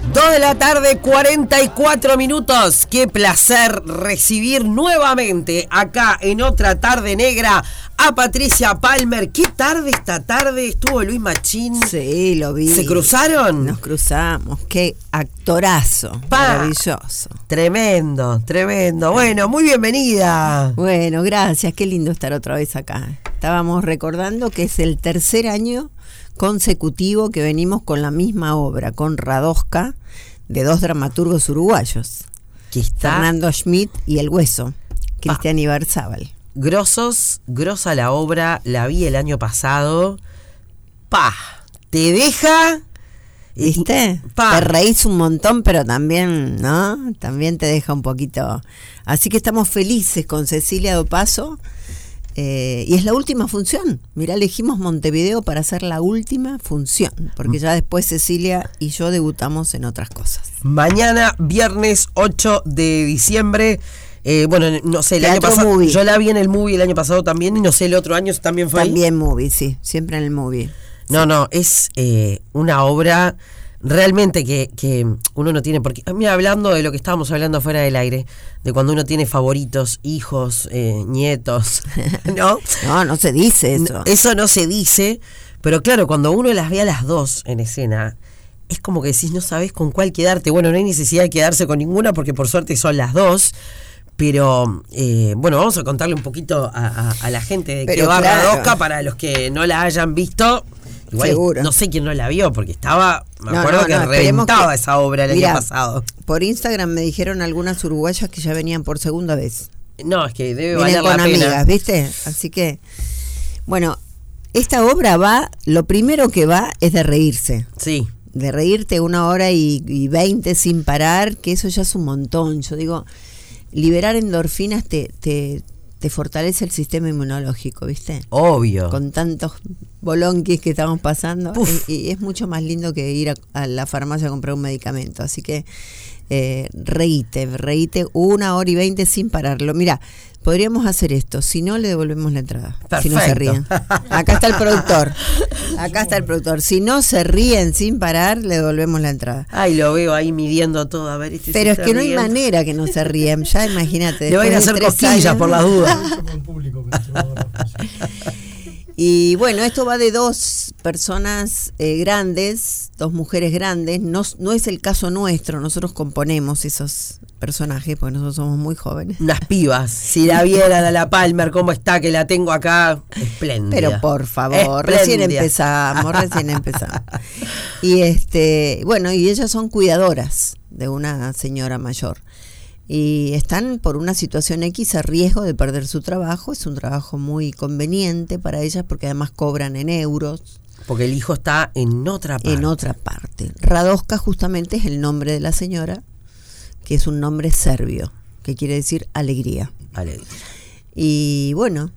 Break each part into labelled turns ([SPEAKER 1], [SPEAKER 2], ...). [SPEAKER 1] 2 de la tarde, 44 minutos. Qué placer recibir nuevamente acá en otra tarde negra a Patricia Palmer. Qué tarde esta tarde estuvo Luis Machín.
[SPEAKER 2] Sí, lo vi.
[SPEAKER 1] ¿Se cruzaron?
[SPEAKER 2] Nos cruzamos. Qué actorazo.
[SPEAKER 1] Pa.
[SPEAKER 2] Maravilloso.
[SPEAKER 1] Tremendo, tremendo. Bueno, muy bienvenida.
[SPEAKER 2] Bueno, gracias. Qué lindo estar otra vez acá. Estábamos recordando que es el tercer año consecutivo que venimos con la misma obra, con Radosca, de dos dramaturgos uruguayos,
[SPEAKER 1] Que está
[SPEAKER 2] Fernando Schmidt y El Hueso, Cristian Ibarzábal.
[SPEAKER 1] grosos, grosa la obra, la vi el año pasado. Pa, te deja.
[SPEAKER 2] ¿Viste?
[SPEAKER 1] Pa.
[SPEAKER 2] Te reís un montón, pero también, ¿no? También te deja un poquito. Así que estamos felices con Cecilia Dopaso. eh, y es la última función. Mirá, elegimos Montevideo para hacer la última función. Porque
[SPEAKER 1] Mm.
[SPEAKER 2] ya después Cecilia y yo debutamos en otras cosas.
[SPEAKER 1] Mañana, viernes 8 de diciembre. eh, bueno, no sé, el
[SPEAKER 2] Teatro
[SPEAKER 1] año pasado.
[SPEAKER 2] Movie.
[SPEAKER 1] Yo la vi en el movie el año pasado también, y no sé, el otro año también fue. ahí.
[SPEAKER 2] También movie, sí. Siempre en el movie.
[SPEAKER 1] No, no, es eh, una obra realmente que, que uno no tiene por qué. Mira, hablando de lo que estábamos hablando fuera del aire, de cuando uno tiene favoritos, hijos, eh, nietos, ¿no?
[SPEAKER 2] No, no se dice eso.
[SPEAKER 1] Eso no se dice, pero claro, cuando uno las ve a las dos en escena, es como que decís, no sabes con cuál quedarte. Bueno, no hay necesidad de quedarse con ninguna porque por suerte son las dos. Pero eh, bueno, vamos a contarle un poquito a, a- a la gente de
[SPEAKER 2] Pero
[SPEAKER 1] qué va
[SPEAKER 2] claro.
[SPEAKER 1] Radosca para los que no la hayan visto. Igual
[SPEAKER 2] Seguro.
[SPEAKER 1] no sé quién no la vio porque estaba, me
[SPEAKER 2] No,
[SPEAKER 1] acuerdo
[SPEAKER 2] no,
[SPEAKER 1] que
[SPEAKER 2] no, esperemos
[SPEAKER 1] reventaba
[SPEAKER 2] que-
[SPEAKER 1] esa obra el
[SPEAKER 2] Mirá,
[SPEAKER 1] año pasado.
[SPEAKER 2] Por Instagram me dijeron algunas uruguayas que ya venían por segunda vez.
[SPEAKER 1] No, es que debe
[SPEAKER 2] Vienen
[SPEAKER 1] valer
[SPEAKER 2] con
[SPEAKER 1] la pena.
[SPEAKER 2] amigas, ¿viste? Así que, bueno, esta obra va, lo primero que va es de reírse.
[SPEAKER 1] Sí,
[SPEAKER 2] De reírte una hora y veinte sin parar, que eso ya es un montón. Yo digo, liberar endorfinas te, te, te fortalece el sistema inmunológico, ¿viste?
[SPEAKER 1] obvio.
[SPEAKER 2] Con tantos bolonquis que estamos pasando.
[SPEAKER 1] Puf.
[SPEAKER 2] Y, y es mucho más lindo que ir a, a la farmacia a comprar un medicamento. Así que eh, reíte, reíte una hora y veinte sin pararlo. Mira, podríamos hacer esto. Si no, le devolvemos la entrada. Si no se
[SPEAKER 1] Perfecto.
[SPEAKER 2] ríen. Acá está el productor. Acá está el productor. Si no se ríen sin parar, le devolvemos la entrada.
[SPEAKER 1] Ay, lo veo ahí midiendo todo. A ver, este se
[SPEAKER 2] Pero es
[SPEAKER 1] está
[SPEAKER 2] que no hay
[SPEAKER 1] riendo.
[SPEAKER 2] manera que no se ríen. Ya imagínate.
[SPEAKER 1] Le va a ir a
[SPEAKER 2] después
[SPEAKER 1] hacer
[SPEAKER 2] de tres
[SPEAKER 1] cosquillas
[SPEAKER 2] años.
[SPEAKER 1] por las dudas.
[SPEAKER 2] Y bueno, esto va de dos personas eh, grandes, dos mujeres grandes. No, no es el caso nuestro, nosotros componemos esos personajes porque nosotros somos muy jóvenes.
[SPEAKER 1] Unas pibas. Si la vieran a la Palmer, ¿cómo está? Que la tengo acá. Espléndida.
[SPEAKER 2] Pero por favor,
[SPEAKER 1] Espléndida.
[SPEAKER 2] recién empezamos, recién empezamos. Y este, bueno, y ellas son cuidadoras de una señora mayor. Y están por una situación X a riesgo de perder su trabajo. Es un trabajo muy conveniente para ellas porque además cobran en euros.
[SPEAKER 1] Porque el hijo está en otra parte.
[SPEAKER 2] en otra parte. Radoska justamente es el nombre de la señora, que es un nombre serbio, que quiere decir alegría.
[SPEAKER 1] Vale.
[SPEAKER 2] Y bueno,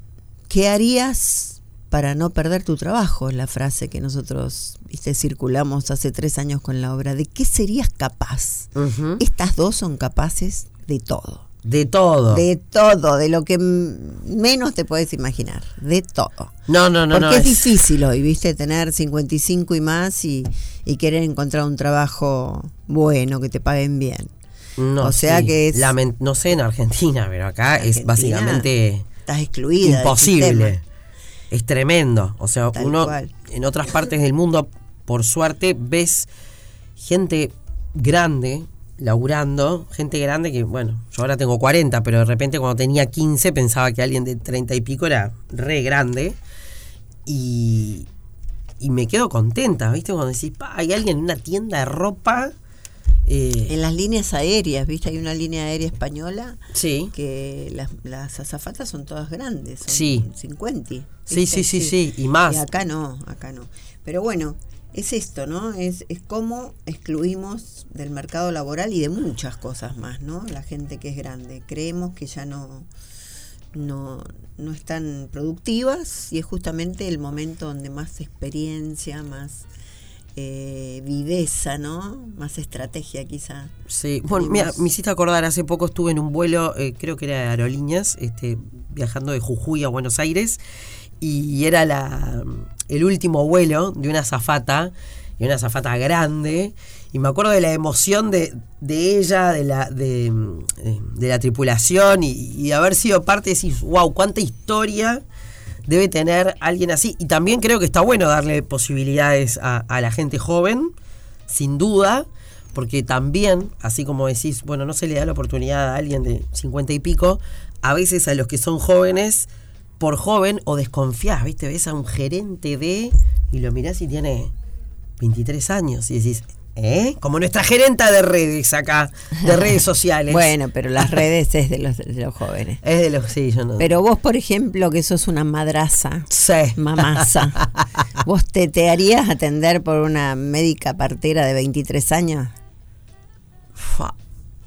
[SPEAKER 2] ¿qué harías para no perder tu trabajo? Es La frase que nosotros viste, circulamos hace tres años con la obra. ¿De qué serías capaz?
[SPEAKER 1] Ujú.
[SPEAKER 2] Estas dos son capaces de todo.
[SPEAKER 1] De todo.
[SPEAKER 2] De todo, de lo que mm, menos te puedes imaginar, de todo.
[SPEAKER 1] No, no, no,
[SPEAKER 2] Porque
[SPEAKER 1] no.
[SPEAKER 2] es,
[SPEAKER 1] es-
[SPEAKER 2] difícil hoy, ¿viste? Tener 55 y más y, y querer encontrar un trabajo bueno, que te paguen bien.
[SPEAKER 1] no,
[SPEAKER 2] o sea
[SPEAKER 1] sí.
[SPEAKER 2] que es-
[SPEAKER 1] Lamen- no sé en Argentina, pero acá es
[SPEAKER 2] Argentina,
[SPEAKER 1] básicamente
[SPEAKER 2] Estás excluida. del
[SPEAKER 1] imposible.
[SPEAKER 2] sistema.
[SPEAKER 1] Es tremendo. O sea,
[SPEAKER 2] Tal
[SPEAKER 1] uno
[SPEAKER 2] cual.
[SPEAKER 1] en otras partes del mundo, por suerte, ves gente grande laburando, gente grande que, bueno, yo ahora tengo 40, pero de repente cuando tenía 15 pensaba que alguien de 30 y pico era re grande. Y, y me quedo contenta, ¿viste? Cuando decís, pa, hay alguien en una tienda de ropa. eh,
[SPEAKER 2] En las líneas aéreas, ¿viste? Hay una línea aérea española
[SPEAKER 1] sí.
[SPEAKER 2] que las, las azafatas son todas grandes. Son
[SPEAKER 1] Sí.
[SPEAKER 2] 50.
[SPEAKER 1] Sí,
[SPEAKER 2] ¿viste?
[SPEAKER 1] sí, sí, sí, y más.
[SPEAKER 2] Y acá no, acá no. Pero bueno, es esto, ¿no? Es, es cómo excluimos del mercado laboral y de muchas cosas más, ¿no? La gente que es grande. Creemos que ya no, no, no están productivas y es justamente el momento donde más experiencia, más eh, viveza, ¿no? Más estrategia quizá.
[SPEAKER 1] Sí, bueno, mira, me hiciste acordar, hace poco estuve en un vuelo, eh, creo que era de Aerolíneas, este, viajando de Jujuy a Buenos Aires, y era la, el último vuelo de una azafata, y una azafata grande, Y me acuerdo de la emoción de, de ella, de la, de, eh, de la tripulación y, y haber sido parte de decir, wow, cuánta historia debe tener alguien así. Y también creo que está bueno darle posibilidades a, a la gente joven, sin duda, porque también, así como decís, bueno, no se le da la oportunidad a alguien de 50 y pico, a veces a los que son jóvenes, por joven o desconfías, ¿viste? Ves a un gerente de y lo mirás y tiene 23 años y decís, ¿eh? Como nuestra gerenta de redes acá, de redes sociales.
[SPEAKER 2] bueno, pero las redes es de los, de los jóvenes.
[SPEAKER 1] Es de los, sí, yo no.
[SPEAKER 2] Pero vos, por ejemplo, que sos una madraza,
[SPEAKER 1] Sí.
[SPEAKER 2] mamasa, ¿vos te, te harías atender por una médica partera de 23 años?
[SPEAKER 1] Fa,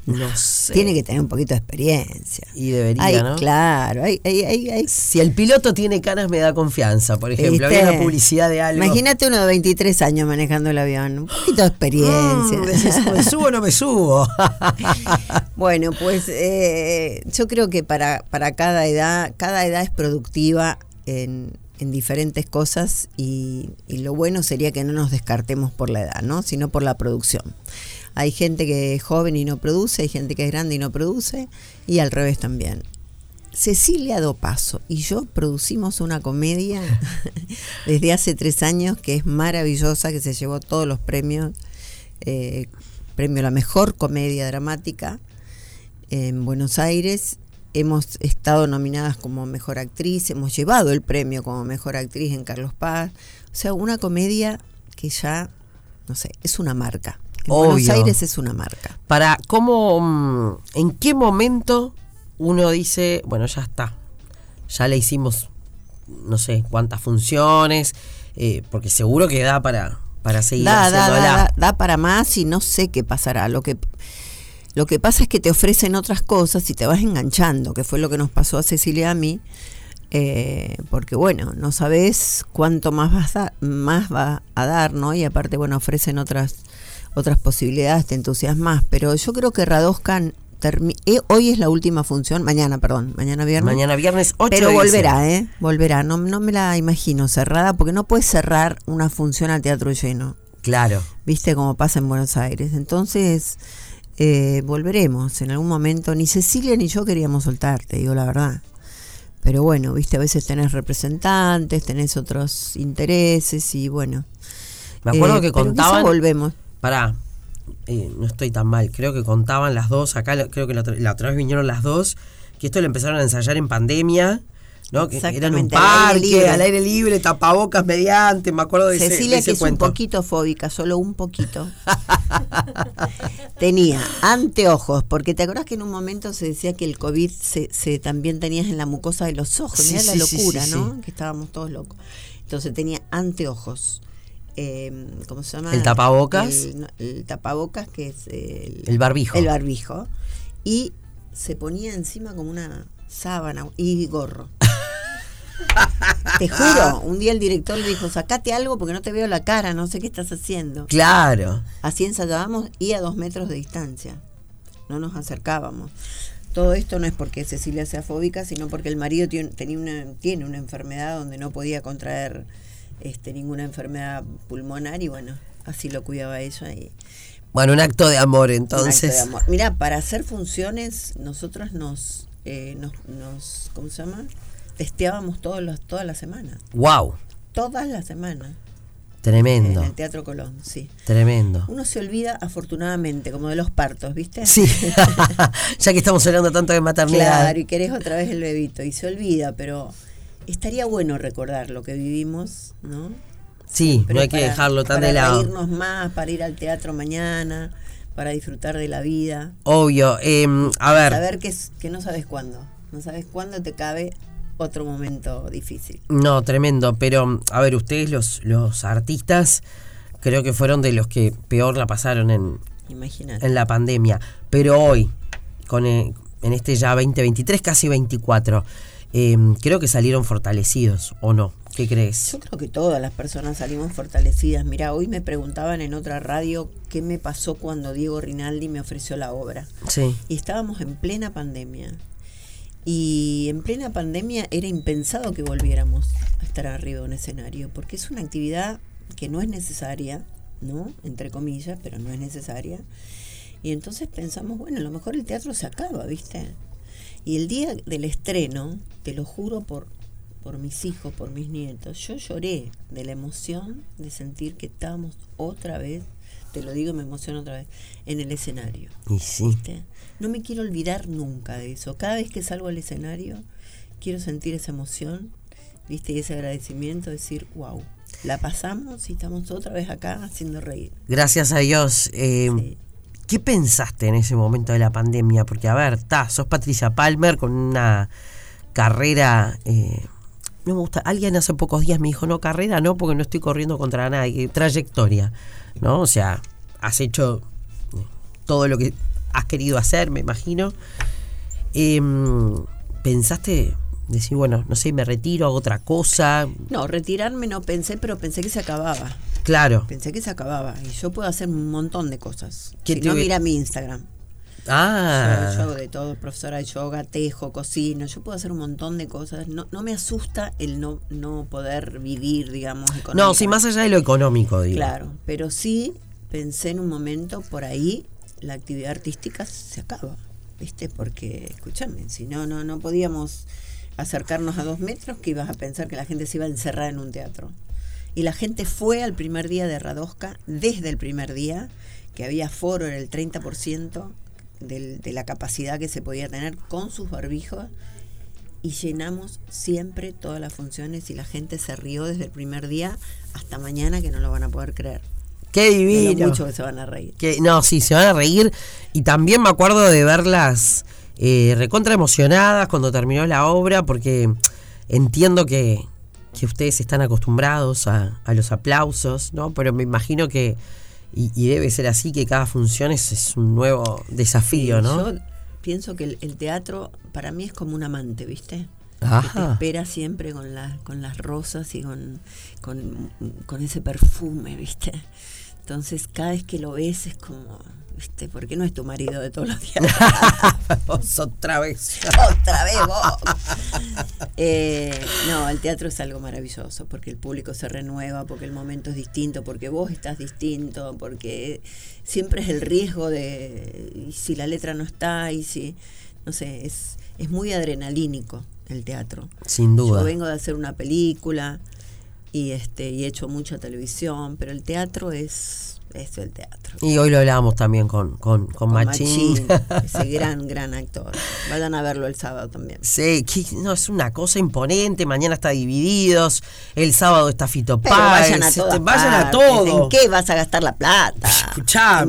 [SPEAKER 1] no sé.
[SPEAKER 2] Tiene que tener un poquito de experiencia.
[SPEAKER 1] Y debería,
[SPEAKER 2] Ay,
[SPEAKER 1] ¿no?
[SPEAKER 2] claro. ay, ay, ay, ay.
[SPEAKER 1] Si el piloto tiene canas me da confianza, por ejemplo.
[SPEAKER 2] ¿Viste?
[SPEAKER 1] Había una publicidad de algo.
[SPEAKER 2] Imagínate uno de 23 años manejando el avión. Un poquito de
[SPEAKER 1] Mm, decís,
[SPEAKER 2] experiencia.
[SPEAKER 1] ¿Me subo o no me subo?
[SPEAKER 2] Bueno, pues eh, yo creo que para, para cada edad, cada edad es productiva en, en diferentes cosas y, y lo bueno sería que no nos descartemos por la edad, ¿no? sino por la producción. Hay gente que es joven y no produce, hay gente que es grande y no produce, y al revés también. Cecilia Dopaso y yo producimos una comedia desde hace tres años que es maravillosa, que se llevó todos los premios, eh, premio a la mejor comedia dramática en Buenos Aires. Hemos estado nominadas como mejor actriz, hemos llevado el premio como mejor actriz en Carlos Paz. O sea, una comedia que ya, no sé, es una marca. En Buenos
[SPEAKER 1] Obvio.
[SPEAKER 2] Aires es una marca.
[SPEAKER 1] Para cómo, mm, en qué momento uno dice, bueno, ya está, ya le hicimos no sé cuántas funciones, eh, porque seguro que da para, para seguir
[SPEAKER 2] Da, da, da,
[SPEAKER 1] haciéndola.
[SPEAKER 2] da, da para más y no sé qué pasará. Lo que, lo que pasa es que te ofrecen otras cosas y te vas enganchando, que fue lo que nos pasó a Cecilia y a mí. eh, porque bueno, no sabes cuánto más, vas a- más va a dar, ¿no? Y aparte, bueno, ofrecen otras, otras posibilidades, te entusiasmas. Pero yo creo que Radoscan, termi- eh, hoy es la última función, mañana, perdón, mañana viernes.
[SPEAKER 1] Mañana viernes 8
[SPEAKER 2] Pero
[SPEAKER 1] de diciembre.
[SPEAKER 2] volverá, ¿eh? Volverá. No, no me la imagino cerrada, porque no puedes cerrar una función a teatro lleno.
[SPEAKER 1] Claro.
[SPEAKER 2] Viste cómo pasa en Buenos Aires. Entonces, eh, volveremos en algún momento. Ni Cecilia ni yo queríamos soltarte, digo la verdad. Pero bueno, viste, a veces tenés representantes, tenés otros intereses y bueno.
[SPEAKER 1] Me acuerdo
[SPEAKER 2] Eh,
[SPEAKER 1] que
[SPEAKER 2] pero quizá
[SPEAKER 1] contaban.
[SPEAKER 2] volvemos.
[SPEAKER 1] Pará, eh, no estoy tan mal. Creo que contaban las dos. Acá lo- creo que la, otra- la otra vez vinieron las dos. Que esto lo empezaron a ensayar en pandemia. ¿no? Que eran un
[SPEAKER 2] Exactamente, al aire
[SPEAKER 1] parque,
[SPEAKER 2] libre.
[SPEAKER 1] al aire libre, tapabocas mediante. Me acuerdo de ese-
[SPEAKER 2] Cecilia,
[SPEAKER 1] de ese
[SPEAKER 2] que es
[SPEAKER 1] cuento.
[SPEAKER 2] un poquito fóbica, solo un poquito. Tenía anteojos, porque te acordás que en un momento se decía que el COVID se, se también tenías en la mucosa de los ojos.
[SPEAKER 1] Sí,
[SPEAKER 2] Mirá la
[SPEAKER 1] sí, sí,
[SPEAKER 2] locura,
[SPEAKER 1] sí,
[SPEAKER 2] ¿no?
[SPEAKER 1] sí.
[SPEAKER 2] Que estábamos todos locos. Entonces tenía anteojos. Eh, ¿Cómo se llama?
[SPEAKER 1] ¿El tapabocas?
[SPEAKER 2] El, no, el tapabocas, que es el,
[SPEAKER 1] El barbijo.
[SPEAKER 2] El barbijo. Y se ponía encima como una sábana y gorro. Te juro, un día el director le dijo, sacate algo porque no te veo la cara, no sé qué estás haciendo.
[SPEAKER 1] Claro.
[SPEAKER 2] Así ensayábamos y a dos metros de distancia. No nos acercábamos. Todo esto no es porque Cecilia sea fóbica, sino porque el marido tiene, tenía una, tiene una enfermedad donde no podía contraer este, ninguna enfermedad pulmonar y bueno, así lo cuidaba ella. Y,
[SPEAKER 1] Bueno, un acto de amor
[SPEAKER 2] entonces,
[SPEAKER 1] entonces.
[SPEAKER 2] Mira, para hacer funciones, nosotros nos, eh, nos, nos- ¿cómo se llama? Testeábamos todos los, todas las semanas.
[SPEAKER 1] Wow,
[SPEAKER 2] Todas las semanas.
[SPEAKER 1] tremendo,
[SPEAKER 2] En el Teatro Colón, sí.
[SPEAKER 1] tremendo.
[SPEAKER 2] Uno se olvida, afortunadamente, como de los partos, ¿viste?
[SPEAKER 1] Sí, ya que estamos hablando tanto de maternidad.
[SPEAKER 2] claro, y querés otra vez el bebito. Y se olvida, pero estaría bueno recordar lo que vivimos, ¿no?
[SPEAKER 1] sí, no
[SPEAKER 2] Pero
[SPEAKER 1] hay que
[SPEAKER 2] para-
[SPEAKER 1] dejarlo tan
[SPEAKER 2] para
[SPEAKER 1] de lado.
[SPEAKER 2] irnos más, para ir al teatro mañana, para disfrutar de la vida.
[SPEAKER 1] Obvio. eh, a ver,
[SPEAKER 2] saber que, es- que no sabes cuándo. No sabes cuándo te cabe otro momento difícil.
[SPEAKER 1] no, tremendo, pero a ver, ustedes los, los artistas creo que fueron de los que peor la pasaron en,
[SPEAKER 2] Imagínate.
[SPEAKER 1] en la pandemia. Pero hoy, con, eh, en este ya 2023, casi 24, eh, creo que salieron fortalecidos, ¿o no? ¿Qué crees?
[SPEAKER 2] Pues Yo creo que todas las personas salimos fortalecidas. Mira, hoy me preguntaban en otra radio qué me pasó cuando Diego Rinaldi me ofreció la obra.
[SPEAKER 1] Sí,
[SPEAKER 2] Y estábamos en plena pandemia. Y en plena pandemia era impensado que volviéramos a estar arriba de un escenario, porque es una actividad que no es necesaria, ¿no? Entre comillas, pero no es necesaria. Y entonces pensamos, bueno, a lo mejor el teatro se acaba, ¿viste? Y el día del estreno, te lo juro por, por mis hijos, por mis nietos, yo lloré de la emoción de sentir que estábamos otra vez, te lo digo, me emociono otra vez, en el escenario.
[SPEAKER 1] Y sí.
[SPEAKER 2] ¿viste? No me quiero olvidar nunca de eso. Cada vez que salgo al escenario, quiero sentir esa emoción, ¿viste? Y ese agradecimiento, decir, wow, la pasamos y estamos otra vez acá haciendo reír.
[SPEAKER 1] Gracias a Dios. eh,
[SPEAKER 2] Sí.
[SPEAKER 1] ¿Qué pensaste en ese momento de la pandemia? Porque, a ver, ta, sos Patricia Palmer con una carrera. eh, no me gusta. Alguien hace pocos días me dijo, no, carrera no, porque no estoy corriendo contra nadie. Trayectoria, ¿no? O sea, has hecho eh, todo lo que has querido hacer, me imagino. Em, ¿Pensaste decir, bueno, no sé, me retiro, hago otra cosa?
[SPEAKER 2] No, retirarme no pensé, pero pensé que se acababa.
[SPEAKER 1] Claro.
[SPEAKER 2] Pensé que se acababa. Y yo puedo hacer un montón de cosas.
[SPEAKER 1] ¿Qué
[SPEAKER 2] Si
[SPEAKER 1] te
[SPEAKER 2] no,
[SPEAKER 1] hubi-
[SPEAKER 2] mira mi Instagram. Yo, yo
[SPEAKER 1] Ah,
[SPEAKER 2] hago de todo, profesora de yoga, tejo, cocino. Yo puedo hacer un montón de cosas. No, no me asusta el no, no poder vivir, digamos,
[SPEAKER 1] no, sí,
[SPEAKER 2] económicamente.
[SPEAKER 1] más allá de lo económico, digo.
[SPEAKER 2] Claro, pero sí pensé en un momento por ahí la actividad artística se acaba, ¿viste? Porque, escúchame, si no, no, no podíamos acercarnos a dos metros, que ibas a pensar que la gente se iba a encerrar en un teatro. Y la gente fue al primer día de Radosca, desde el primer día, que había foro en el 30% del- de la capacidad que se podía tener con sus barbijos, y llenamos siempre todas las funciones y la gente se rió desde el primer día hasta mañana que no lo van a poder creer.
[SPEAKER 1] Qué
[SPEAKER 2] De lo
[SPEAKER 1] divino.
[SPEAKER 2] mucho que se van a reír.
[SPEAKER 1] Que, no, sí, se van a reír. Y también me acuerdo de verlas eh, recontra emocionadas cuando terminó la obra, porque entiendo que, que ustedes están acostumbrados a, a los aplausos, ¿no? Pero me imagino que, y, y debe ser así, que cada función es, es un nuevo desafío, ¿no?
[SPEAKER 2] Yo pienso que el, el teatro para mí es como un amante, ¿viste? Que te
[SPEAKER 1] Ajá.
[SPEAKER 2] espera siempre con, las con las rosas y con, con, con ese perfume, ¿viste? Entonces cada vez que lo ves es como, ¿viste? Porque no es tu marido de todos los días.
[SPEAKER 1] Vos otra vez.
[SPEAKER 2] Otra vez vos. Eh, no, el teatro es algo maravilloso, porque el público se renueva, porque el momento es distinto, porque vos estás distinto, porque siempre es el riesgo de y si la letra no está, y si, no sé, es, es muy adrenalínico el teatro.
[SPEAKER 1] Sin duda.
[SPEAKER 2] Yo vengo de hacer una película y este y he hecho mucha televisión, pero el teatro es, es el teatro.
[SPEAKER 1] Y hoy lo hablábamos también con, con, con,
[SPEAKER 2] Con
[SPEAKER 1] Machín.
[SPEAKER 2] Machín, ese gran, gran actor. Vayan a verlo el sábado también.
[SPEAKER 1] Sí, que- no, es una cosa imponente. Mañana está divididos. El sábado está Fito
[SPEAKER 2] Pero
[SPEAKER 1] Páez,
[SPEAKER 2] vayan a
[SPEAKER 1] este,
[SPEAKER 2] todas
[SPEAKER 1] vayan a
[SPEAKER 2] partes.
[SPEAKER 1] todo.
[SPEAKER 2] ¿En qué vas a gastar la plata?
[SPEAKER 1] Escuchame.
[SPEAKER 2] En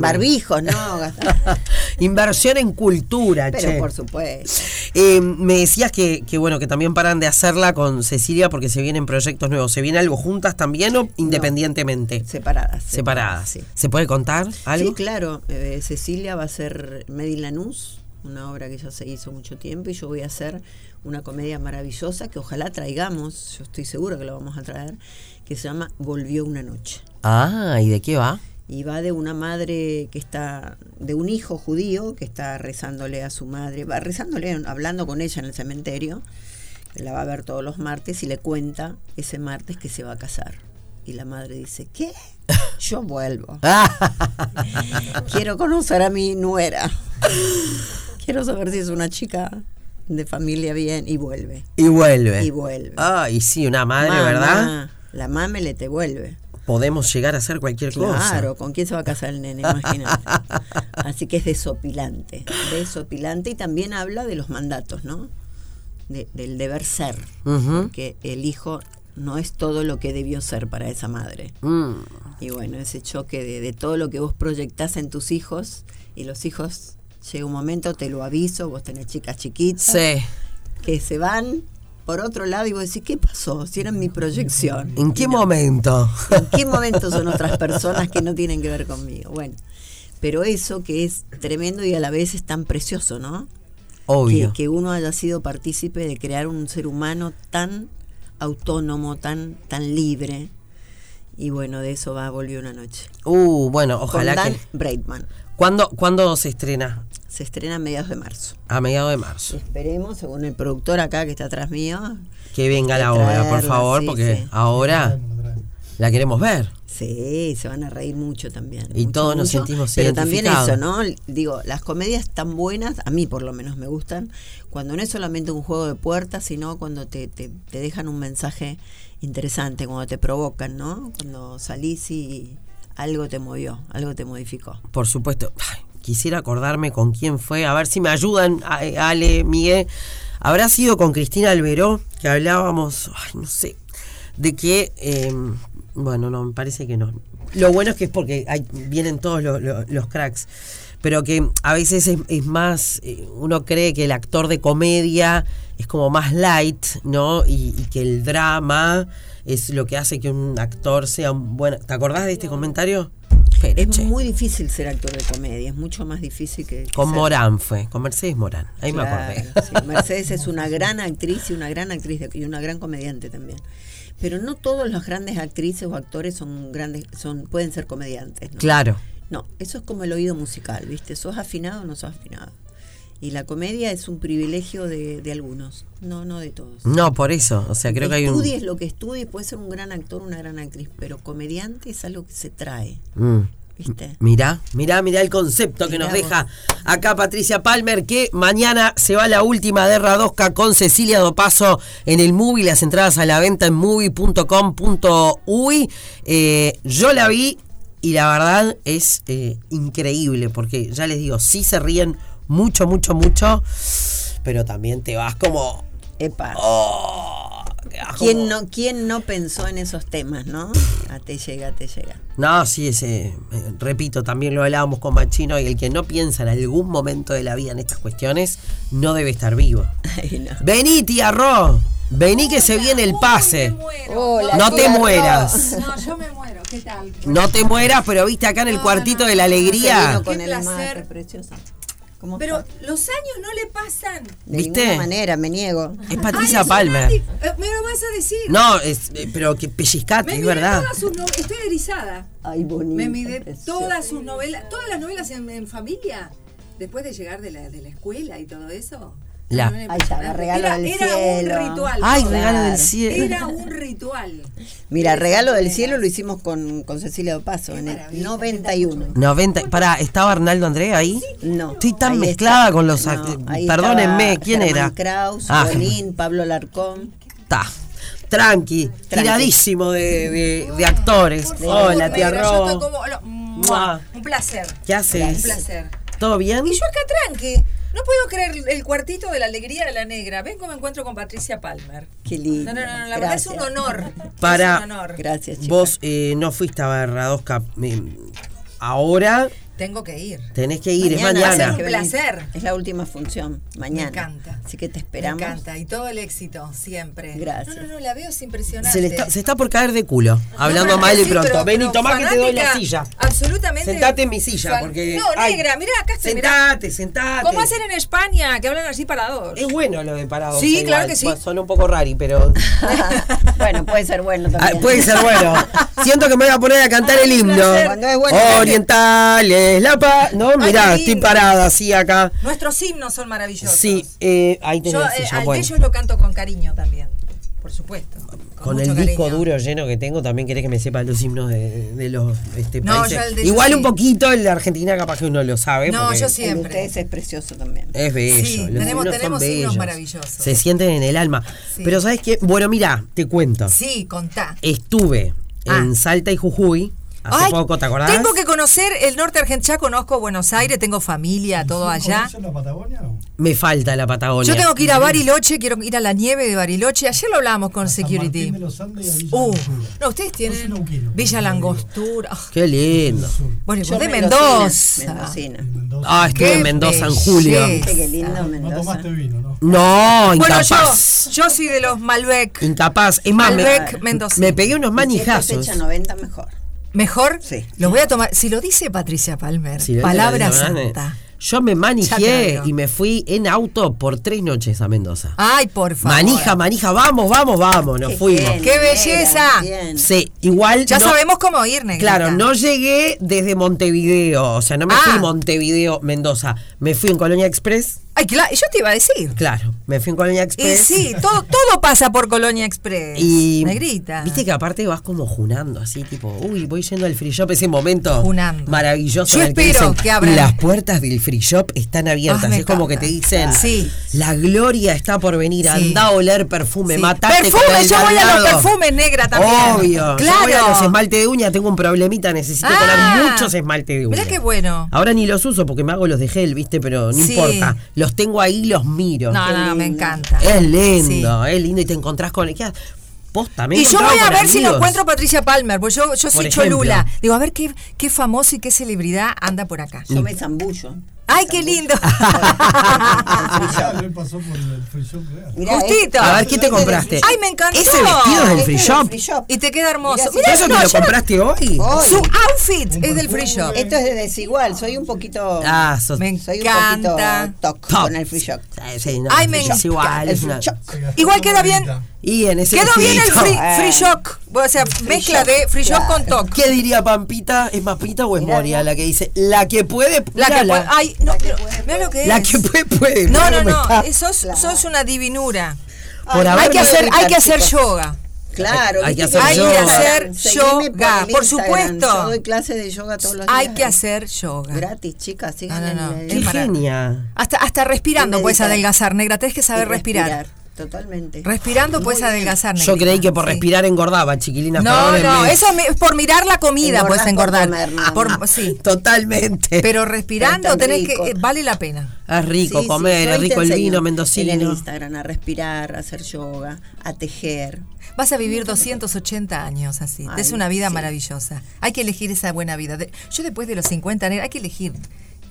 [SPEAKER 2] barbijos, no. gastar-
[SPEAKER 1] Inversión en cultura,
[SPEAKER 2] Pero
[SPEAKER 1] che.
[SPEAKER 2] por supuesto.
[SPEAKER 1] Eh, me decías que, que, bueno, que también paran de hacerla con Cecilia porque se vienen proyectos nuevos. ¿Se viene algo juntas también o independientemente?
[SPEAKER 2] Separadas.
[SPEAKER 1] Separadas.
[SPEAKER 2] Sí.
[SPEAKER 1] ¿Se puede contar algo?
[SPEAKER 2] Sí, claro. eh, Cecilia va a ser Medi Lanús, una obra que ya se hizo mucho tiempo, y yo voy a hacer una comedia maravillosa que ojalá traigamos, yo estoy seguro que la vamos a traer, que se llama Volvió una noche.
[SPEAKER 1] Ah, ¿y de qué va?
[SPEAKER 2] y va de una madre que está, de un hijo judío que está rezándole a su madre, va rezándole, hablando con ella en el cementerio, que la va a ver todos los martes y le cuenta ese martes que se va a casar. Y la madre dice, ¿qué? Yo vuelvo. Quiero conocer a mi nuera. Quiero saber si es una chica de familia bien y vuelve.
[SPEAKER 1] y vuelve.
[SPEAKER 2] Y vuelve.
[SPEAKER 1] Ah, y sí, una madre,
[SPEAKER 2] Mamá,
[SPEAKER 1] ¿verdad?
[SPEAKER 2] La mame le te vuelve.
[SPEAKER 1] Podemos llegar a hacer cualquier cosa.
[SPEAKER 2] Claro, ¿con quién se va a casar el nene? Imagínate. Así que es desopilante, desopilante y también habla de los mandatos, ¿no? De- del deber ser,
[SPEAKER 1] Ujú.
[SPEAKER 2] que el hijo no es todo lo que debió ser para esa madre.
[SPEAKER 1] Mm.
[SPEAKER 2] Y bueno, ese choque de, de todo lo que vos proyectás en tus hijos y los hijos, llega un momento, te lo aviso, vos tenés chicas chiquitas
[SPEAKER 1] Sí.
[SPEAKER 2] que se van por otro lado y vos decís, ¿qué pasó? Si era mi proyección.
[SPEAKER 1] ¿En qué
[SPEAKER 2] Y no.
[SPEAKER 1] momento?
[SPEAKER 2] ¿En qué momento son otras personas que no tienen que ver conmigo? Bueno, pero eso que es tremendo y a la vez es tan precioso, ¿no? Que,
[SPEAKER 1] Obvio.
[SPEAKER 2] que uno haya sido partícipe de crear un ser humano tan autónomo, tan, tan libre. Y bueno, de eso va Volvió una noche.
[SPEAKER 1] Uh, bueno, ojalá
[SPEAKER 2] Con Dan
[SPEAKER 1] que.
[SPEAKER 2] Braidman.
[SPEAKER 1] ¿Cuándo, ¿Cuándo se estrena?
[SPEAKER 2] Se estrena a mediados de marzo.
[SPEAKER 1] A mediados de marzo.
[SPEAKER 2] Esperemos, según el productor acá que está atrás mío,
[SPEAKER 1] Que venga
[SPEAKER 2] que
[SPEAKER 1] la obra, por
[SPEAKER 2] traerla,
[SPEAKER 1] favor,
[SPEAKER 2] sí,
[SPEAKER 1] porque
[SPEAKER 2] sí.
[SPEAKER 1] ahora. la queremos ver.
[SPEAKER 2] Sí, se van a reír mucho también.
[SPEAKER 1] Y
[SPEAKER 2] mucho,
[SPEAKER 1] todos nos
[SPEAKER 2] mucho.
[SPEAKER 1] sentimos
[SPEAKER 2] Pero también eso,
[SPEAKER 1] identificados.
[SPEAKER 2] ¿no? Digo, las comedias tan buenas, a mí por lo menos me gustan, cuando no es solamente un juego de puertas, sino cuando te, te, te dejan un mensaje interesante, cuando te provocan, ¿no? Cuando salís y algo te movió, algo te modificó.
[SPEAKER 1] Por supuesto, Ay, quisiera acordarme con quién fue, a ver si me ayudan, a- eh, Ale, Miguel. Habrá sido con Cristina Alberó, que hablábamos, ay, no sé, de que, eh, bueno, no, me parece que no. Lo bueno es que es porque hay- vienen todos los, los- los cracks, pero que a veces es, es más, eh, uno cree que el actor de comedia es como más light, ¿no? Y, y que el drama es lo que hace que un actor sea un buen... ¿Te acordás de este comentario? Pero,
[SPEAKER 2] Es
[SPEAKER 1] che.
[SPEAKER 2] muy difícil ser actor de comedia, es mucho más difícil que... que
[SPEAKER 1] Con
[SPEAKER 2] ser-
[SPEAKER 1] Morán fue, con Mercedes Morán. Ahí
[SPEAKER 2] Claro,
[SPEAKER 1] me acordé.
[SPEAKER 2] sí, Mercedes es una gran actriz y una gran actriz de- y una gran comediante también. Pero no todas las grandes actrices o actores son grandes, son pueden ser comediantes. ¿no?
[SPEAKER 1] Claro.
[SPEAKER 2] No, eso es como el oído musical, ¿viste? ¿Sos afinado o no sos afinado? Y la comedia es un privilegio de, de algunos, no no de todos.
[SPEAKER 1] No, por eso. O sea, Mm, creo que hay un.
[SPEAKER 2] estudies lo que estudies, puedes ser un gran actor, una gran actriz, pero comediante es algo que se trae,
[SPEAKER 1] Mm.
[SPEAKER 2] ¿viste?
[SPEAKER 1] Mirá, mirá, mirá el concepto que
[SPEAKER 2] Mirá
[SPEAKER 1] nos
[SPEAKER 2] vos.
[SPEAKER 1] deja acá Patricia Palmer, que mañana se va la última de Radosca con Cecilia Dopaso en el movie, las entradas a la venta en movie.com.uy. Eh, yo la vi y la verdad es eh, increíble, porque ya les digo, sí se ríen mucho, mucho, mucho, pero también te vas como...
[SPEAKER 2] Epa.
[SPEAKER 1] mm. "Oh", te vas como-
[SPEAKER 2] ¿Quién no, ¿Quién no pensó en esos temas, no? A te llega, te llega.
[SPEAKER 1] No, sí, ese, eh, repito, también lo hablábamos con Machino y el que no piensa en algún momento de la vida en estas cuestiones no debe estar vivo.
[SPEAKER 2] Ay, no.
[SPEAKER 1] Vení, tía Ro, vení que se viene el pase.
[SPEAKER 3] Hola,
[SPEAKER 1] No te
[SPEAKER 3] tía Ro.
[SPEAKER 1] mueras.
[SPEAKER 4] No, yo me muero. ¿Qué tal?
[SPEAKER 1] No te mueras, pero viste acá en el cuartito de la
[SPEAKER 2] Se
[SPEAKER 1] alegría.
[SPEAKER 2] vino con
[SPEAKER 4] Qué
[SPEAKER 2] el
[SPEAKER 4] placer.
[SPEAKER 2] mate, preciosa. ¿Cómo
[SPEAKER 4] Pero
[SPEAKER 2] está?
[SPEAKER 4] los años no le pasan.
[SPEAKER 2] de
[SPEAKER 1] ¿viste?
[SPEAKER 2] ninguna manera me niego.
[SPEAKER 1] Es Patricia
[SPEAKER 4] Ay,
[SPEAKER 1] Palmer.
[SPEAKER 4] Sonati, eh, Me lo vas a decir.
[SPEAKER 1] No, es- eh, pero que
[SPEAKER 4] me
[SPEAKER 1] pellizcate, es
[SPEAKER 4] miré
[SPEAKER 1] verdad.
[SPEAKER 4] todas sus no- Estoy erizada.
[SPEAKER 2] Ay, bonito.
[SPEAKER 4] Me miré todas sus novelas, todas las novelas en, en familia. Después de llegar de la, de la escuela y todo eso.
[SPEAKER 1] La-
[SPEAKER 4] No, no era
[SPEAKER 2] Ahí está,
[SPEAKER 4] impresionante.
[SPEAKER 2] regalo
[SPEAKER 4] era,
[SPEAKER 2] del
[SPEAKER 4] Era
[SPEAKER 2] cielo.
[SPEAKER 4] un ritual.
[SPEAKER 1] Ay,
[SPEAKER 4] ¿no?
[SPEAKER 1] regalo del
[SPEAKER 2] Claro.
[SPEAKER 1] cielo.
[SPEAKER 4] Era un ritual.
[SPEAKER 2] Mira, Regalo del
[SPEAKER 4] Era.
[SPEAKER 2] Cielo lo hicimos con, con Cecilia Dopaso en el
[SPEAKER 4] maravilla,
[SPEAKER 2] 91.
[SPEAKER 1] 90, pará, ¿estaba Arnaldo André ahí?
[SPEAKER 2] No.
[SPEAKER 1] Estoy tan
[SPEAKER 2] ahí
[SPEAKER 1] mezclada
[SPEAKER 2] está.
[SPEAKER 1] con los
[SPEAKER 2] No,
[SPEAKER 1] act-
[SPEAKER 2] ahí
[SPEAKER 1] Perdónenme,
[SPEAKER 2] estaba
[SPEAKER 1] ¿quién
[SPEAKER 2] Germán
[SPEAKER 1] era?
[SPEAKER 2] Kraus,
[SPEAKER 1] Ah,
[SPEAKER 2] Bolín, Pablo Larcón.
[SPEAKER 1] Ta. Tranqui, tiradísimo de, de- de actores. Hola, tía
[SPEAKER 4] Negra, yo estoy
[SPEAKER 1] Ro.
[SPEAKER 4] como- lo-
[SPEAKER 1] Mua.
[SPEAKER 4] Un placer.
[SPEAKER 1] ¿Qué haces?
[SPEAKER 4] Un placer.
[SPEAKER 1] ¿Todo bien?
[SPEAKER 4] Y yo acá tranqui. No puedo creer el cuartito de la alegría de la negra. Vengo, me encuentro con Patricia Palmer.
[SPEAKER 2] Qué lindo.
[SPEAKER 4] No, no, no, no, la verdad es
[SPEAKER 2] Gracias.
[SPEAKER 4] un honor.
[SPEAKER 1] Para-
[SPEAKER 4] Es un honor.
[SPEAKER 2] Gracias, chicos.
[SPEAKER 1] Vos eh, no fuiste a Radosca. eh, ahora
[SPEAKER 4] Tengo que ir.
[SPEAKER 1] tenés que ir,
[SPEAKER 4] va a
[SPEAKER 1] es
[SPEAKER 4] ser
[SPEAKER 1] mañana.
[SPEAKER 4] un placer.
[SPEAKER 2] Es la última función, mañana.
[SPEAKER 4] encanta.
[SPEAKER 2] Así que te
[SPEAKER 4] Me
[SPEAKER 2] esperamos.
[SPEAKER 4] encanta. Y todo el éxito, siempre.
[SPEAKER 2] Gracias.
[SPEAKER 4] No, no, no, la veo es impresionante.
[SPEAKER 1] Se, le está, se está por caer de culo, hablando
[SPEAKER 4] No,
[SPEAKER 1] mal y
[SPEAKER 4] sí,
[SPEAKER 1] pronto.
[SPEAKER 4] pero-
[SPEAKER 1] Vení,
[SPEAKER 4] pero
[SPEAKER 1] tomá que te doy la
[SPEAKER 4] fanática,
[SPEAKER 1] silla.
[SPEAKER 4] Absolutamente.
[SPEAKER 1] Sentate en mi silla,
[SPEAKER 4] Fan-
[SPEAKER 1] porque.
[SPEAKER 4] No,
[SPEAKER 1] ay,
[SPEAKER 4] negra, mira acá estoy. mirá.
[SPEAKER 1] Sentate, sentate.
[SPEAKER 4] ¿Cómo hacen en España que hablan así para dos?
[SPEAKER 1] Es bueno lo de parado.
[SPEAKER 4] Sí, claro que sí.
[SPEAKER 1] Son un poco rari, pero.
[SPEAKER 2] bueno, puede ser bueno
[SPEAKER 1] Ah,
[SPEAKER 2] también.
[SPEAKER 1] puede ser bueno. Siento que me voy a poner a cantar el himno.
[SPEAKER 2] Cuando es bueno, dale.
[SPEAKER 1] Orientales, la paz. No, mirá,
[SPEAKER 4] qué
[SPEAKER 1] estoy
[SPEAKER 4] lindo.
[SPEAKER 1] parada así acá.
[SPEAKER 4] Nuestros himnos son maravillosos.
[SPEAKER 1] Sí, eh, ahí tenés
[SPEAKER 4] Yo
[SPEAKER 1] la
[SPEAKER 4] eh,
[SPEAKER 1] silla.
[SPEAKER 4] al
[SPEAKER 1] bueno.
[SPEAKER 4] Bello lo canto con cariño también, por supuesto.
[SPEAKER 1] Con el
[SPEAKER 4] mucho
[SPEAKER 1] disco
[SPEAKER 4] cariño.
[SPEAKER 1] duro lleno que tengo, también querés que me sepa los himnos de, de los este,
[SPEAKER 4] No,
[SPEAKER 1] países.
[SPEAKER 4] yo el de-
[SPEAKER 1] Igual
[SPEAKER 4] yo
[SPEAKER 1] un
[SPEAKER 4] sí.
[SPEAKER 1] poquito el de Argentina, capaz que uno lo sabe.
[SPEAKER 4] No,
[SPEAKER 1] porque
[SPEAKER 4] yo
[SPEAKER 2] El de
[SPEAKER 4] siempre.
[SPEAKER 2] ustedes es precioso también.
[SPEAKER 1] Es bello.
[SPEAKER 4] Sí,
[SPEAKER 1] los
[SPEAKER 4] tenemos-
[SPEAKER 1] himnos son
[SPEAKER 4] tenemos himnos
[SPEAKER 1] bellos.
[SPEAKER 4] maravillosos.
[SPEAKER 1] Se sienten en el alma.
[SPEAKER 4] Sí.
[SPEAKER 1] Pero ¿sabes qué? Bueno, mira, te cuento.
[SPEAKER 4] Sí, contá.
[SPEAKER 1] Estuve
[SPEAKER 4] Ah.
[SPEAKER 1] en Salta y Jujuy Eh, hace
[SPEAKER 4] Ay,
[SPEAKER 1] poco, ¿te acordás?
[SPEAKER 4] Tengo que conocer el norte argentino, ya conozco Buenos Aires, tengo familia, todo allá.
[SPEAKER 5] ¿Conocen la Patagonia? o?
[SPEAKER 1] Me falta la Patagonia.
[SPEAKER 4] Yo tengo que ir a Bariloche, quiero ir a la nieve de Bariloche. Ayer lo hablábamos con
[SPEAKER 5] San
[SPEAKER 4] Security.
[SPEAKER 5] Martín de los Andes y a Villa
[SPEAKER 4] Uh,
[SPEAKER 5] Langostura.
[SPEAKER 4] no, ustedes tienen
[SPEAKER 5] Yo soy neuquino,
[SPEAKER 4] Villa
[SPEAKER 5] como
[SPEAKER 4] Langostura. Ah,
[SPEAKER 1] Qué lindo.
[SPEAKER 5] Sur,
[SPEAKER 4] Bueno, y vos
[SPEAKER 2] Yo
[SPEAKER 4] de
[SPEAKER 2] Mendocina,
[SPEAKER 4] Mendoza.
[SPEAKER 2] Mendocina.
[SPEAKER 5] en Mendoza.
[SPEAKER 1] Ah, estuve
[SPEAKER 4] Qué
[SPEAKER 1] en Mendoza en julio.
[SPEAKER 4] belleza.
[SPEAKER 2] Viste qué lindo
[SPEAKER 5] no
[SPEAKER 2] Mendoza.
[SPEAKER 5] tomaste vino, ¿no?
[SPEAKER 1] No,
[SPEAKER 4] Bueno, yo,
[SPEAKER 1] incapaz.
[SPEAKER 4] yo soy de los Malbec.
[SPEAKER 1] Incapaz. Es más, me,
[SPEAKER 4] Malbec, Mendoza.
[SPEAKER 1] me pegué unos
[SPEAKER 2] Si esto es
[SPEAKER 1] manijazos.
[SPEAKER 2] hecho 90 mejor.
[SPEAKER 4] ¿Mejor?
[SPEAKER 2] Sí.
[SPEAKER 4] Los voy a tomar. Si lo dice Patricia Palmer,
[SPEAKER 1] Si lo dice la
[SPEAKER 4] palabra
[SPEAKER 1] verdad,
[SPEAKER 4] santa.
[SPEAKER 1] eh. Yo me
[SPEAKER 4] Ya te
[SPEAKER 1] manijé
[SPEAKER 4] digo.
[SPEAKER 1] y me fui en auto por tres noches a Mendoza.
[SPEAKER 4] Ay, por favor.
[SPEAKER 1] manija, manija, vamos, vamos, vamos. Nos
[SPEAKER 2] Qué
[SPEAKER 1] fuimos.
[SPEAKER 2] bien,
[SPEAKER 4] ¡Qué
[SPEAKER 2] negra,
[SPEAKER 4] belleza!
[SPEAKER 2] bien.
[SPEAKER 1] Sí, igual.
[SPEAKER 4] Ya
[SPEAKER 1] no-
[SPEAKER 4] sabemos cómo ir, negra.
[SPEAKER 1] Claro, no llegué desde Montevideo. O sea, no me
[SPEAKER 4] Ah.
[SPEAKER 1] fui Montevideo, Mendoza. Me fui en Colonia Express.
[SPEAKER 4] Ay, claro, yo te iba a decir.
[SPEAKER 1] Claro, me fui en Colonia
[SPEAKER 4] Y
[SPEAKER 1] Express.
[SPEAKER 4] sí, todo, todo pasa por Colonia Express.
[SPEAKER 1] Pues. Y
[SPEAKER 4] Negrita.
[SPEAKER 1] Viste que aparte vas como junando, así tipo, uy, voy yendo al free shop, ese momento
[SPEAKER 4] Junando.
[SPEAKER 1] maravilloso.
[SPEAKER 4] Yo
[SPEAKER 1] en el que
[SPEAKER 4] espero
[SPEAKER 1] dicen,
[SPEAKER 4] que abran.
[SPEAKER 1] Las puertas del free shop están abiertas.
[SPEAKER 4] Ah, me
[SPEAKER 1] es como que
[SPEAKER 4] encanta.
[SPEAKER 1] te dicen,
[SPEAKER 4] Sí.
[SPEAKER 1] la gloria está por venir,
[SPEAKER 4] Sí.
[SPEAKER 1] anda a oler perfume,
[SPEAKER 4] Sí.
[SPEAKER 1] matate con
[SPEAKER 4] Perfume,
[SPEAKER 1] el
[SPEAKER 4] yo voy a los
[SPEAKER 1] dardo".
[SPEAKER 4] perfumes negra también.
[SPEAKER 1] Obvio. Yo voy a los
[SPEAKER 4] Claro.
[SPEAKER 1] esmalte de uña, tengo un problemita, necesito
[SPEAKER 4] Ah.
[SPEAKER 1] poner muchos esmalte de uña.
[SPEAKER 4] Mirá qué bueno.
[SPEAKER 1] Ahora ni los uso porque me hago los de gel, viste, pero no
[SPEAKER 4] Sí.
[SPEAKER 1] importa. Los tengo ahí, los miro.
[SPEAKER 4] No, no, no, me encanta.
[SPEAKER 1] Es lindo, es lindo y te encontrás con... ¿qué? Posta, me he
[SPEAKER 4] Y yo
[SPEAKER 1] encontrado
[SPEAKER 4] voy a
[SPEAKER 1] con
[SPEAKER 4] ver si lo
[SPEAKER 1] amigos.
[SPEAKER 4] encuentro a Patricia Palmer, porque yo, yo soy
[SPEAKER 1] ejemplo.
[SPEAKER 4] cholula. Digo, a ver qué, qué famoso y qué celebridad anda por acá.
[SPEAKER 2] Yo me zambullo.
[SPEAKER 4] ¡Ay, qué lindo! Ah.
[SPEAKER 5] Ya, él pasó por el free shop real.
[SPEAKER 2] Mirá,
[SPEAKER 4] Justito.
[SPEAKER 1] A ver, ¿qué te compraste?
[SPEAKER 4] ¡Ay, me encantó!
[SPEAKER 1] Ese vestido es del free
[SPEAKER 2] Este es del
[SPEAKER 1] shop.
[SPEAKER 2] free shop.
[SPEAKER 4] Y te queda hermoso.
[SPEAKER 2] Mirá, si
[SPEAKER 4] Mirá,
[SPEAKER 1] ¿Eso
[SPEAKER 4] no,
[SPEAKER 1] te lo
[SPEAKER 4] yo no-
[SPEAKER 1] compraste hoy?
[SPEAKER 2] Hoy.
[SPEAKER 4] Su outfit es del free shop.
[SPEAKER 2] Esto es de desigual, soy un poquito.
[SPEAKER 1] Ah, sos...
[SPEAKER 4] Me
[SPEAKER 2] soy
[SPEAKER 4] encanta.
[SPEAKER 2] un poquito toc
[SPEAKER 1] Top.
[SPEAKER 2] con el free shop.
[SPEAKER 1] Sí, sí, no,
[SPEAKER 4] Ay, me
[SPEAKER 1] es igual.
[SPEAKER 2] El
[SPEAKER 1] Es
[SPEAKER 2] free
[SPEAKER 1] una...
[SPEAKER 2] shop.
[SPEAKER 5] Se gastó
[SPEAKER 4] Igual
[SPEAKER 5] una
[SPEAKER 4] queda bien.
[SPEAKER 5] guita.
[SPEAKER 1] Y en ese
[SPEAKER 4] Quedó bien el
[SPEAKER 1] vestidito.
[SPEAKER 4] free,
[SPEAKER 2] Ah.
[SPEAKER 4] free shock. O sea, mezcla
[SPEAKER 2] shock,
[SPEAKER 4] de free shock con toc.
[SPEAKER 1] ¿Qué diría Pampita? ¿Es Mapita o es Moria la que dice? La que puede,
[SPEAKER 4] La que
[SPEAKER 1] mírala.
[SPEAKER 4] puede. Ay, no, pero mirá lo que es.
[SPEAKER 1] La que puede, puede.
[SPEAKER 4] No,
[SPEAKER 1] Mirá
[SPEAKER 4] no,
[SPEAKER 1] cómo
[SPEAKER 4] no.
[SPEAKER 1] está.
[SPEAKER 4] eh, Sos, sos una divinura.
[SPEAKER 1] Por
[SPEAKER 2] Ay,
[SPEAKER 1] haber-
[SPEAKER 4] Hay que
[SPEAKER 2] no
[SPEAKER 4] hacer,
[SPEAKER 2] debe
[SPEAKER 4] hay que
[SPEAKER 2] estar,
[SPEAKER 4] hacer
[SPEAKER 2] chicos.
[SPEAKER 4] yoga.
[SPEAKER 2] Claro,
[SPEAKER 1] Hay que
[SPEAKER 2] viste
[SPEAKER 1] hacer
[SPEAKER 2] yo-
[SPEAKER 1] yoga. Hay que
[SPEAKER 4] hacer
[SPEAKER 2] Seguime
[SPEAKER 4] yoga,
[SPEAKER 2] el
[SPEAKER 4] por
[SPEAKER 2] Instagram,
[SPEAKER 4] supuesto.
[SPEAKER 2] Yo doy clases de yoga todos los días.
[SPEAKER 4] Hay que hacer yoga.
[SPEAKER 2] Gratis, chicas, sigan
[SPEAKER 4] No, no, no.
[SPEAKER 2] el-
[SPEAKER 1] Qué
[SPEAKER 4] Es para-
[SPEAKER 1] genia.
[SPEAKER 4] Hasta, hasta respirando
[SPEAKER 2] Y
[SPEAKER 4] puedes
[SPEAKER 2] meditar.
[SPEAKER 4] adelgazar, negra. Tenés que saber
[SPEAKER 2] y
[SPEAKER 4] respirar.
[SPEAKER 2] Totalmente.
[SPEAKER 4] Respirando puedes adelgazar, negra.
[SPEAKER 1] Yo creí que por respirar engordaba, chiquilina.
[SPEAKER 4] No, no, eso es mi- es por mirar la comida
[SPEAKER 2] Engordás
[SPEAKER 4] puedes engordar.
[SPEAKER 2] por comer, mamá.
[SPEAKER 4] Por- sí.
[SPEAKER 1] Totalmente.
[SPEAKER 4] Pero
[SPEAKER 2] Pero
[SPEAKER 4] respirando
[SPEAKER 2] es tan
[SPEAKER 4] tenés
[SPEAKER 2] rico.
[SPEAKER 4] que. eh, Vale la pena.
[SPEAKER 1] es rico
[SPEAKER 2] Sí, sí,
[SPEAKER 1] comer,
[SPEAKER 2] yo
[SPEAKER 1] es
[SPEAKER 2] ahí
[SPEAKER 1] rico
[SPEAKER 2] te
[SPEAKER 1] el
[SPEAKER 2] enseño
[SPEAKER 1] vino
[SPEAKER 2] En el
[SPEAKER 1] mendocino.
[SPEAKER 2] Instagram, a respirar, a hacer yoga, a tejer.
[SPEAKER 4] Vas a vivir 280 años así.
[SPEAKER 2] Ay,
[SPEAKER 4] es una vida
[SPEAKER 2] sí.
[SPEAKER 4] maravillosa. Hay que elegir esa buena vida. De- yo después de los 50, negra, hay que elegir.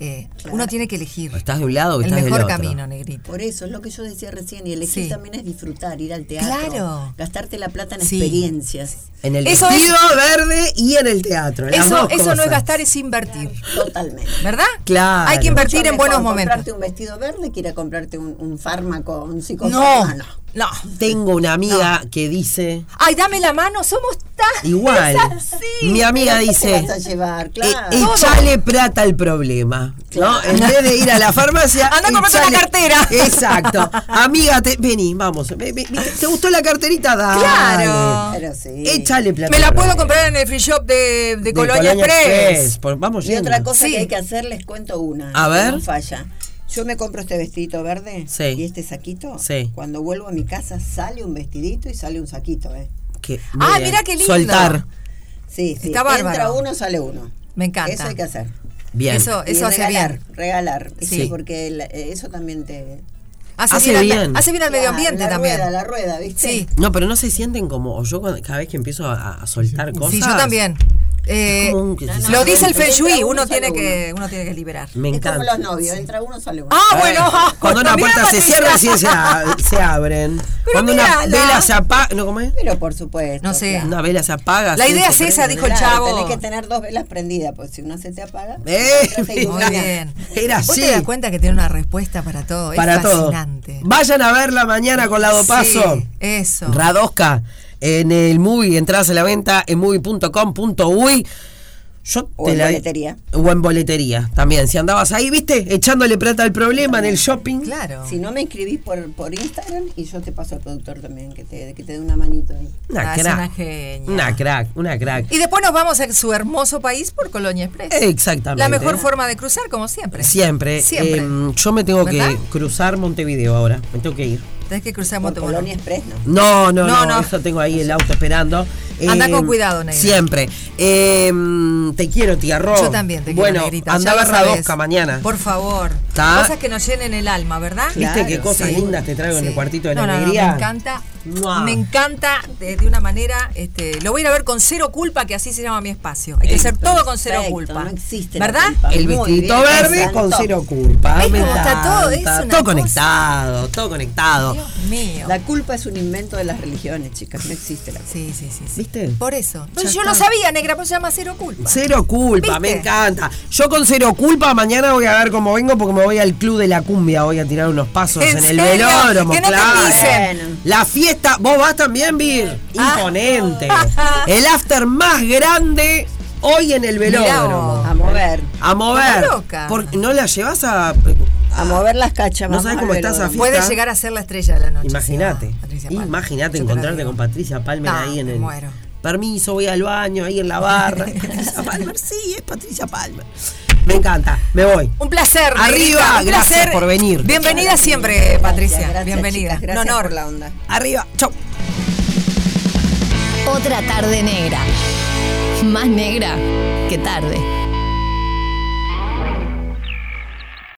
[SPEAKER 4] eh, Uno tiene que elegir.
[SPEAKER 1] Estás de un lado o
[SPEAKER 4] el
[SPEAKER 1] estás del
[SPEAKER 4] mejor
[SPEAKER 1] otro.
[SPEAKER 4] camino, negrita.
[SPEAKER 2] Por eso es lo que yo decía recién. Y elegir
[SPEAKER 4] Sí.
[SPEAKER 2] también es disfrutar, ir al teatro.
[SPEAKER 4] Claro.
[SPEAKER 2] Gastarte la plata en
[SPEAKER 4] Sí.
[SPEAKER 2] experiencias.
[SPEAKER 1] En el
[SPEAKER 4] Eso
[SPEAKER 1] vestido verde y en el teatro. las
[SPEAKER 4] Eso,
[SPEAKER 1] dos
[SPEAKER 4] eso no es
[SPEAKER 1] cosas.
[SPEAKER 4] gastar, es invertir.
[SPEAKER 2] Totalmente.
[SPEAKER 4] ¿Verdad?
[SPEAKER 1] Claro.
[SPEAKER 4] Hay que invertir
[SPEAKER 2] Yo
[SPEAKER 4] en buenos
[SPEAKER 2] mejor
[SPEAKER 4] momentos.
[SPEAKER 2] comprarte un vestido verde que ir a comprarte un, un fármaco, un Ah,
[SPEAKER 4] No,
[SPEAKER 2] psicofármaco.
[SPEAKER 4] no.
[SPEAKER 1] Tengo una amiga que dice.
[SPEAKER 4] Ay, dame la mano, somos tan.
[SPEAKER 1] Igual.
[SPEAKER 4] Es así.
[SPEAKER 1] Mi amiga
[SPEAKER 2] Te vas a
[SPEAKER 1] dice.
[SPEAKER 2] llevar,
[SPEAKER 1] "E-
[SPEAKER 2] claro.
[SPEAKER 1] Echale plata al problema. ¿no? En vez de ir a la farmacia.
[SPEAKER 4] Anda a comprarte
[SPEAKER 1] echale-
[SPEAKER 4] una cartera.
[SPEAKER 1] Exacto. Amiga, te, vení, vamos. Ve- ve- ve- ¿Te gustó la carterita? Dale.
[SPEAKER 4] Claro.
[SPEAKER 2] Pero sí.
[SPEAKER 1] Échale plata.
[SPEAKER 4] Me la
[SPEAKER 1] al
[SPEAKER 4] puedo
[SPEAKER 1] problema.
[SPEAKER 4] comprar en el free shop de, de
[SPEAKER 1] De
[SPEAKER 4] Colonia, Express.
[SPEAKER 1] Por- vamos
[SPEAKER 2] Y
[SPEAKER 1] yendo.
[SPEAKER 2] otra cosa
[SPEAKER 4] Sí.
[SPEAKER 2] que hay que hacer, les cuento una.
[SPEAKER 1] A
[SPEAKER 2] que
[SPEAKER 1] ver.
[SPEAKER 2] No falla. Yo me compro este vestidito verde
[SPEAKER 1] Sí.
[SPEAKER 2] y este saquito.
[SPEAKER 1] Sí.
[SPEAKER 2] Cuando vuelvo a mi casa sale un vestidito y sale un saquito, ¿eh?
[SPEAKER 1] Que-
[SPEAKER 4] Ah,
[SPEAKER 1] bien.
[SPEAKER 4] mirá qué lindo.
[SPEAKER 1] Soltar.
[SPEAKER 2] Sí, sí.
[SPEAKER 4] Está bárbaro.
[SPEAKER 2] Entra uno, sale uno.
[SPEAKER 4] Me encanta.
[SPEAKER 2] Eso hay que hacer.
[SPEAKER 1] Bien.
[SPEAKER 4] Eso,
[SPEAKER 2] Y
[SPEAKER 4] eso hace
[SPEAKER 2] regalar,
[SPEAKER 4] bien.
[SPEAKER 2] Regalar. Sí.
[SPEAKER 4] Sí.
[SPEAKER 2] porque el- eh, eso también te...
[SPEAKER 4] Hace,
[SPEAKER 1] Hace
[SPEAKER 4] bien,
[SPEAKER 1] bien.
[SPEAKER 4] Al, hace bien al medio ambiente
[SPEAKER 2] Ah, la
[SPEAKER 4] también.
[SPEAKER 2] Rueda, la rueda, ¿viste?
[SPEAKER 4] sí,
[SPEAKER 1] No, pero no se sienten como. o Yo cuando- cada vez que empiezo a, a soltar cosas.
[SPEAKER 4] sí, yo también. Eh,
[SPEAKER 1] Es como un- No, no,
[SPEAKER 4] lo dice el Feng
[SPEAKER 2] entra
[SPEAKER 4] Shui,
[SPEAKER 2] uno,
[SPEAKER 4] uno
[SPEAKER 2] sale
[SPEAKER 4] tiene que, uno tiene que liberar.
[SPEAKER 1] Me
[SPEAKER 2] Es como
[SPEAKER 1] encanta.
[SPEAKER 2] los novios, entra uno, sale uno.
[SPEAKER 4] Ah, bueno, ah,
[SPEAKER 1] Cuando una
[SPEAKER 4] mira,
[SPEAKER 1] puerta se
[SPEAKER 4] Patricia.
[SPEAKER 1] cierra, sí se, a- se abren.
[SPEAKER 4] Pero
[SPEAKER 1] Cuando una
[SPEAKER 4] mírala.
[SPEAKER 1] vela se apaga. ¿No cómo es?
[SPEAKER 2] Pero por supuesto.
[SPEAKER 4] No sé.
[SPEAKER 1] Una vela se apaga.
[SPEAKER 4] La
[SPEAKER 1] sí,
[SPEAKER 4] idea
[SPEAKER 1] se
[SPEAKER 4] es esa,
[SPEAKER 1] prende.
[SPEAKER 4] dijo el
[SPEAKER 2] Claro,
[SPEAKER 4] chavo.
[SPEAKER 2] Tenés que tener dos velas prendidas, porque si una se te apaga...
[SPEAKER 1] Eh,
[SPEAKER 2] otra te
[SPEAKER 4] Muy
[SPEAKER 2] ilumina.
[SPEAKER 4] bien.
[SPEAKER 1] Era
[SPEAKER 4] Vos
[SPEAKER 1] así.
[SPEAKER 4] te das cuenta que tiene una respuesta para todo.
[SPEAKER 1] Para
[SPEAKER 4] es
[SPEAKER 1] todo.
[SPEAKER 4] fascinante.
[SPEAKER 1] Vayan a verla mañana con la dopaso.
[SPEAKER 4] Sí, eso.
[SPEAKER 1] Radosca. En el movie, entras a la venta en movie.com.uy. Yo
[SPEAKER 2] O
[SPEAKER 1] te
[SPEAKER 2] en
[SPEAKER 1] la-
[SPEAKER 2] boletería.
[SPEAKER 1] O en boletería también. Si andabas ahí, viste, echándole plata al problema en el shopping.
[SPEAKER 4] Claro.
[SPEAKER 2] Si no me inscribís por, por Instagram y yo te paso al productor también, que te, que te dé una manito ahí.
[SPEAKER 1] Una
[SPEAKER 4] Ah, es
[SPEAKER 1] crack.
[SPEAKER 4] una genia.
[SPEAKER 1] Una crack, una crack.
[SPEAKER 4] Y después nos vamos a su hermoso país por Colonia Express.
[SPEAKER 1] Exactamente. ¿eh?
[SPEAKER 4] La mejor forma de cruzar, como siempre.
[SPEAKER 1] Siempre.
[SPEAKER 4] Siempre.
[SPEAKER 1] Em, yo me tengo
[SPEAKER 4] ¿Verdad?
[SPEAKER 1] que cruzar Montevideo ahora. Me tengo que ir.
[SPEAKER 4] Tenés que cruzar
[SPEAKER 2] Por
[SPEAKER 4] Montevideo.
[SPEAKER 2] Colonia Express, ¿no?
[SPEAKER 1] No, no, no,
[SPEAKER 4] No, no.
[SPEAKER 1] Eso tengo ahí el auto esperando.
[SPEAKER 4] Andá
[SPEAKER 1] Eh,
[SPEAKER 4] con cuidado, negra.
[SPEAKER 1] Siempre. Eh, te quiero, tía Ro.
[SPEAKER 4] Yo también te quiero,
[SPEAKER 1] Bueno,
[SPEAKER 4] negrita,
[SPEAKER 1] andá a
[SPEAKER 4] ya
[SPEAKER 1] ver
[SPEAKER 4] lo
[SPEAKER 1] la
[SPEAKER 4] sabés.
[SPEAKER 1] Dosca mañana.
[SPEAKER 4] Por favor.
[SPEAKER 1] ¿Está?
[SPEAKER 4] Cosas que nos llenen el alma, ¿verdad?
[SPEAKER 1] ¿Viste qué cosas
[SPEAKER 4] Sí.
[SPEAKER 1] lindas te traigo en el
[SPEAKER 4] Sí.
[SPEAKER 1] cuartito de la
[SPEAKER 4] No, no, no,
[SPEAKER 1] alegría?
[SPEAKER 4] me encanta.
[SPEAKER 1] Mua.
[SPEAKER 4] Me encanta de, de una manera. Este, lo voy a ir a ver con cero culpa, que así se llama mi espacio. Hay que hacer todo con cero
[SPEAKER 2] Perfecto,
[SPEAKER 4] culpa.
[SPEAKER 2] no existe la
[SPEAKER 4] ¿Verdad?
[SPEAKER 2] culpa.
[SPEAKER 1] El
[SPEAKER 2] Muy
[SPEAKER 1] vestidito
[SPEAKER 2] bien,
[SPEAKER 1] verde
[SPEAKER 2] exacto.
[SPEAKER 1] con cero culpa.
[SPEAKER 4] ¿Ves
[SPEAKER 1] Me
[SPEAKER 4] cómo está todo? Es
[SPEAKER 1] encanta.
[SPEAKER 4] una
[SPEAKER 1] todo
[SPEAKER 4] cosa.
[SPEAKER 1] conectado, todo conectado.
[SPEAKER 4] Dios mío.
[SPEAKER 2] La culpa es un invento de las religiones, chicas. No existe la culpa.
[SPEAKER 4] Sí, sí, sí. sí.
[SPEAKER 1] ¿Viste?
[SPEAKER 4] Por eso.
[SPEAKER 1] Ya
[SPEAKER 4] yo
[SPEAKER 1] está.
[SPEAKER 4] lo sabía, negra, pero se llama cero culpa.
[SPEAKER 1] Cero culpa,
[SPEAKER 4] ¿Viste?
[SPEAKER 1] me encanta. Yo con cero culpa mañana voy a ver cómo vengo porque me voy al club de la cumbia, voy a tirar unos pasos en,
[SPEAKER 4] ¿En
[SPEAKER 1] el
[SPEAKER 4] serio?
[SPEAKER 1] velódromo,
[SPEAKER 4] Que no te
[SPEAKER 1] claro.
[SPEAKER 4] pisen.
[SPEAKER 2] Bueno.
[SPEAKER 1] La fiesta, vos vas también, Vir.
[SPEAKER 4] Ah.
[SPEAKER 1] Imponente. El after más grande hoy en el
[SPEAKER 4] Mirá
[SPEAKER 1] velódromo.
[SPEAKER 4] vos.
[SPEAKER 2] A mover.
[SPEAKER 1] A mover.
[SPEAKER 4] Está loca.
[SPEAKER 1] Por- ¿No la llevas a, a
[SPEAKER 6] A mover las cachas.
[SPEAKER 1] No
[SPEAKER 6] vamos
[SPEAKER 1] sabes
[SPEAKER 6] al
[SPEAKER 1] cómo estás,
[SPEAKER 6] velódromo.
[SPEAKER 1] Afi.
[SPEAKER 4] Puede
[SPEAKER 1] Fiesta.
[SPEAKER 4] llegar a ser la estrella de la noche.
[SPEAKER 1] Imagínate.
[SPEAKER 4] señora Patricia Palmer.
[SPEAKER 1] Imagínate
[SPEAKER 4] Yo te la
[SPEAKER 1] encontrarte
[SPEAKER 4] digo.
[SPEAKER 1] con Patricia Palmer
[SPEAKER 4] No,
[SPEAKER 1] ahí en
[SPEAKER 4] me
[SPEAKER 1] el.
[SPEAKER 4] muero.
[SPEAKER 1] Permiso, voy al baño, ahí en la barra. Patricia Palmer, sí, es Patricia Palmer. Me encanta, me voy.
[SPEAKER 4] Un placer.
[SPEAKER 1] Arriba,
[SPEAKER 4] Negrita, un
[SPEAKER 1] gracias por venir.
[SPEAKER 4] Bienvenida siempre, Patricia.
[SPEAKER 2] gracias,
[SPEAKER 4] Bienvenida.
[SPEAKER 2] chicas, gracias
[SPEAKER 4] Un honor.
[SPEAKER 2] por la onda.
[SPEAKER 1] Arriba, chau.
[SPEAKER 7] Otra tarde negra. Más negra que tarde.